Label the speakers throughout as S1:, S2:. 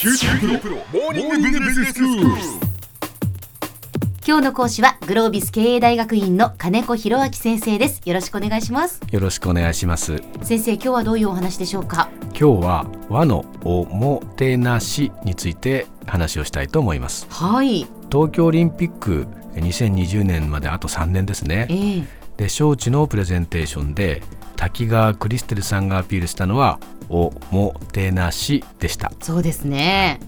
S1: プロモーニングビジネススクール
S2: 今日の講師はグロービス経営大学院の金子博明先生ですよろしくお願いします
S3: よろしくお願いします。
S2: 先生今日はどういうお話でしょうか
S3: 今日は和のおもてなしについて話をしたいと思います。
S2: はい
S3: 東京オリンピック2020年まであと3年ですね。
S2: ええ
S3: で、招致のプレゼンテーションで滝川クリステルさんがアピールしたのはおもてなしでした。
S2: そうですね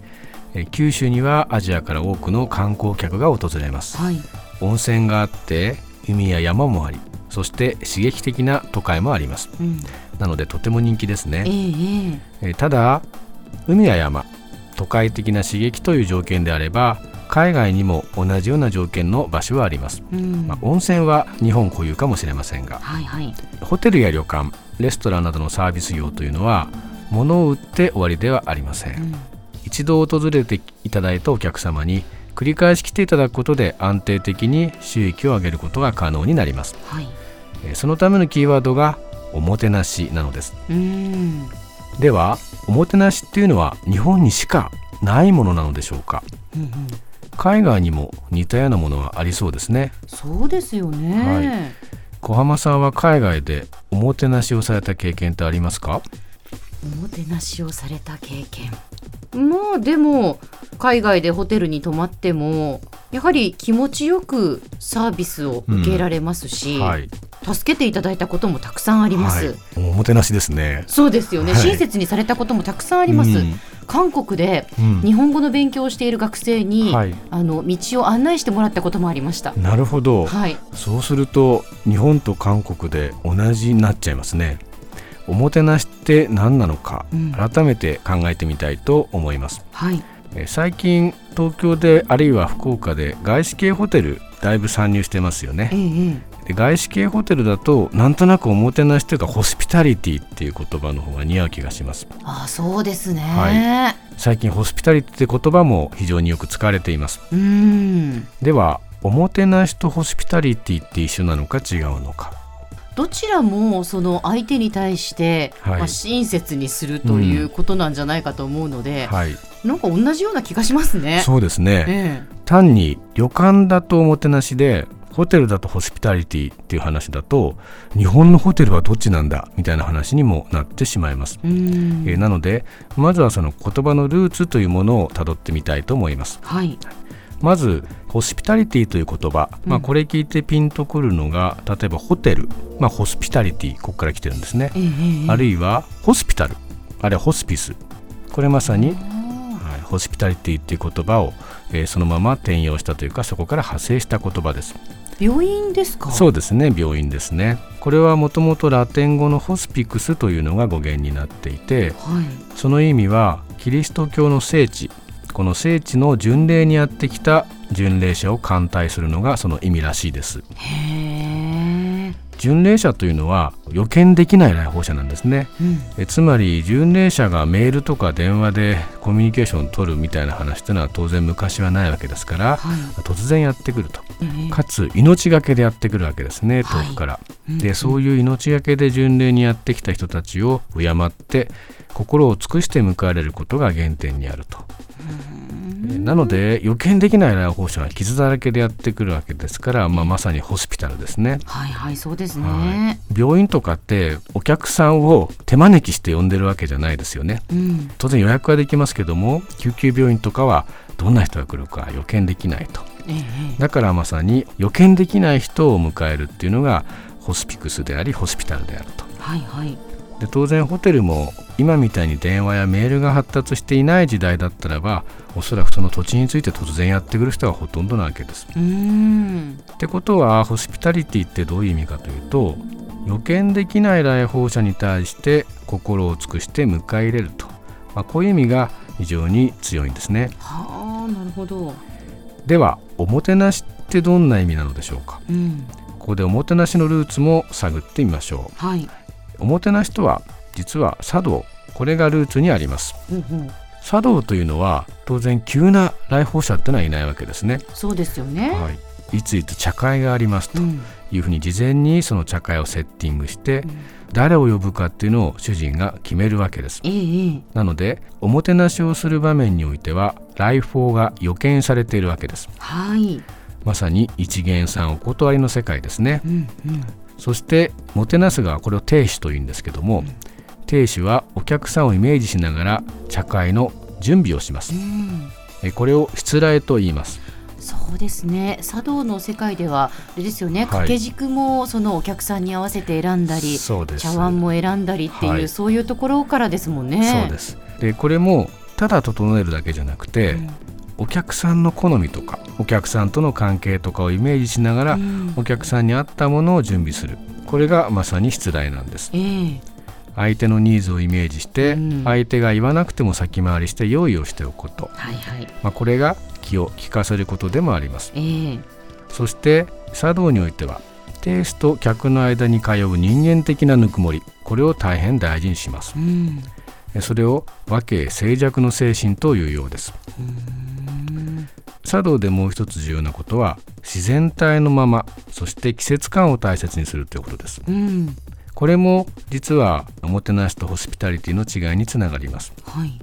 S3: え九州にはアジアから多くの観光客が訪れます。
S2: はい
S3: 温泉があって海や山もあり、そして刺激的な都会もあります。
S2: うん
S3: なのでとても人気ですね。
S2: えええ
S3: えーただ海や山都会的な刺激という条件であれば海外にも同じような条件の場所はあります、
S2: えうん
S3: まあ、温泉は日本固有かもしれませんが
S2: はいはい
S3: ホテルや旅館レストランなどのサービス業というのは物を売って終わりではありません、
S2: うん
S3: 一度訪れていただいたお客様に繰り返し来ていただくことで安定的に収益を上げることが可能になります
S2: はい
S3: えーそのためのキーワードがおもてなしなのです
S2: うん
S3: ではおもてなしっていうのは日本にしかないものなのでしょうか
S2: うんうん
S3: 海外にも似たようなものはありそうですね
S2: そうですよね、
S3: 小浜さんは海外でおもてなしをされた経験ってありますか
S2: おもてなしをされた経験まあでも海外でホテルに泊まってもやはり気持ちよくサービスを受けられますし、
S3: はい
S2: 助けていただいたこともたくさんあります、
S3: はい、おもてなしですね
S2: そうですよね、
S3: はい
S2: 親切にされたこともたくさんあります、
S3: うん
S2: 韓国で
S3: うん
S2: 日本語の勉強をしている学生に、
S3: はい
S2: あの道を案内してもらったこともありました、
S3: なるほど、
S2: はい
S3: そうすると日本と韓国で同じになっちゃいますねおもてなしって何なのか、
S2: うん
S3: 改めて考えてみたいと思います
S2: はい
S3: えー最近東京であるいは福岡で外資系ホテルだいぶ参入してますよ
S2: え
S3: ね
S2: ええ
S3: で外資系ホテルだとなんとなくおもてなしというかホスピタリティっていう言葉の方が似合う気がします
S2: えああそうですね、
S3: は最近ホスピタリティって言葉も非常によく使われています
S2: うん
S3: ではおもてなしとホスピタリティって一緒なのか違うのか
S2: どちらもその相手に対して、
S3: はい
S2: まあ、親切にするということなんじゃないかと思うので、
S3: はい
S2: なんか同じような気がしますね。
S3: そうですね
S2: ええ
S3: 単に旅館だとおもてなしでホテルだとホスピタリティっていう話だと日本のホテルはどっちなんだみたいな話にもなってしまいます
S2: うん
S3: えーなのでまずはその言葉のルーツというものをたどってみたいと思います
S2: はい、
S3: まずホスピタリティという言葉、ま
S2: う
S3: あ、
S2: ん
S3: これ聞いてピンとくるのが例えばホテル、まあ、ホスピタリティここから来てるんですね
S2: ええええ
S3: あるいはホスピタルあるいはホスピスこれまさに、はいホスピタリティという言葉を、えーそのまま転用したというかそこから派生した言葉です
S2: 病院ですか。
S3: そうですね病院ですねこれはもともとラテン語のホスピクスというのが語源になっていて
S2: はい。
S3: その意味はキリスト教の聖地この聖地の巡礼にやってきた巡礼者を歓待するのがその意味らしいです
S2: へえ。
S3: 巡礼者というのは予見できない来訪者なんですね
S2: うん。
S3: えつまり巡礼者がメールとか電話でコミュニケーションを取るみたいな話というのは当然昔はないわけですか
S2: は
S3: ら
S2: い。
S3: 突然やってくると
S2: ええ
S3: かつ命がけでやってくるわけですね
S2: はい
S3: 遠くから、
S2: うん
S3: でそういう命がけで巡礼にやってきた人たちを敬って心を尽くして迎えられることが原点にあると、えーなので予見できない来訪者は傷だらけでやってくるわけですから、まあ、まさにホスピタルですね
S2: はいはいそうです
S3: は
S2: ね。
S3: 病院とかってお客さんを手招きして呼んでるわけじゃないですよね
S2: うん。
S3: 当然予約はできますけども救急病院とかはどんな人が来るか予見できないと
S2: ええええ
S3: だからまさに予見できない人を迎えるっていうのがホスピクスでありホスピタルであると
S2: はいはい。
S3: で当然ホテルも今みたいに電話やメールが発達していない時代だったらばおそらくその土地について突然やってくる人がほとんどなわけです。
S2: うーん。
S3: ってことはホスピタリティってどういう意味かというと予見できない来訪者に対して心を尽くして迎え入れると、まあ、こういう意味が非常に強いんですね。
S2: はあなるほど。
S3: ではおもてなしってどんな意味なのでしょうか
S2: うん。
S3: ここでおもてなしのルーツも探ってみましょ
S2: はい。
S3: うおもてなしとは実は茶道これがルーツにあります
S2: ほうほう
S3: 茶道というのは当然急な来訪者ってのはいないわけですね、
S2: そうですよね。
S3: はい、いついつ茶会がありますと
S2: うん
S3: いうふうに事前にその茶会をセッティングして
S2: ん
S3: 誰を呼ぶかっていうのを主人が決めるわけです
S2: ええええ
S3: なのでおもてなしをする場面においては来訪が予見されているわけです
S2: はい、
S3: まさに一元さんお断りの世界ですね
S2: うんうん、
S3: そしてもてなす側これを亭主というんですけども亭主はお客さんをイメージしながら茶会の準備をします
S2: うん
S3: えこれを失礼と言います
S2: そうですね茶道の世界ではあれですよね、
S3: い
S2: 掛け軸もそのお客さんに合わせて選んだり
S3: そうです
S2: 茶碗も選んだりっていう、
S3: はい
S2: そういうところからですもんね。
S3: そうですでこれもただ整えるだけじゃなくて、
S2: うん
S3: お客さんの好みとかお客さんとの関係とかをイメージしながら、
S2: うん
S3: お客さんに合ったものを準備するこれがまさに失礼なんです
S2: ええ
S3: 相手のニーズをイメージして、
S2: うん
S3: 相手が言わなくても先回りして用意をしておくこと、
S2: はいはい、
S3: まあ、これが気を利かせることでもあります
S2: ええ
S3: そして茶道においてはテイスと客の間に通う人間的なぬくもりこれを大変大事にします
S2: うん、
S3: えそれを和敬静寂の精神というようです茶道でもう一つ重要なことは自然体のままそして季節感を大切にするということです
S2: うん、
S3: これも実はおもてなしとホスピタリティの違いにつながります
S2: はい、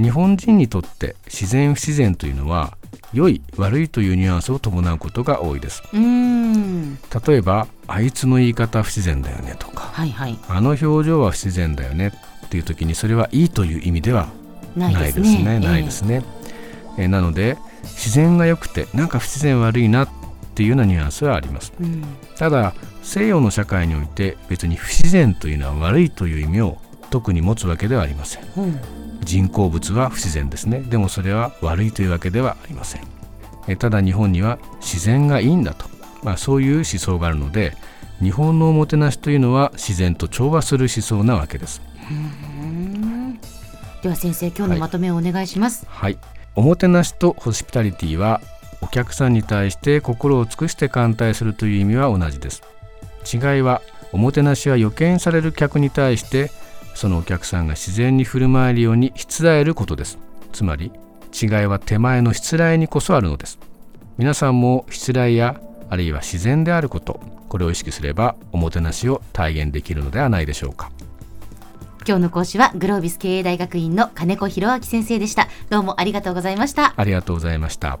S3: 日本人にとって自然不自然というのは良い悪いというニュアンスを伴うことが多いです
S2: うん、
S3: 例えばあいつの言い方は不自然だよねとか
S2: はいはい、
S3: あの表情は不自然だよねっていう時にそれはいいという意味では
S2: ないですね。
S3: ないですね。えーなので自然が良くてなんか不自然悪いなっていうようなニュアンスはあります。
S2: ええうん、
S3: ただ西洋の社会において別に不自然というのは悪いという意味を特に持つわけではありません。
S2: うん、
S3: 人工物は不自然ですね。でもそれは悪いというわけではありません。えーただ日本には自然がいいんだと、まあ、そういう思想があるので日本のおもてなしというのは自然と調和する思想なわけです。
S2: では先生今日のまとめをお願いします。
S3: はい、おもてなしとホスピタリティはお客さんに対して心を尽くして歓待するという意味は同じです違いはおもてなしは予見される客に対してそのお客さんが自然に振る舞えるように失礼ることですつまり違いは手前の失礼にこそあるのです皆さんも失礼やあるいは自然であることこれを意識すればおもてなしを体現できるのではないでしょうか
S2: 今日の講師はグロービス経営大学院の金子博明先生でした。どうもありがとうございました。
S3: ありがとうございました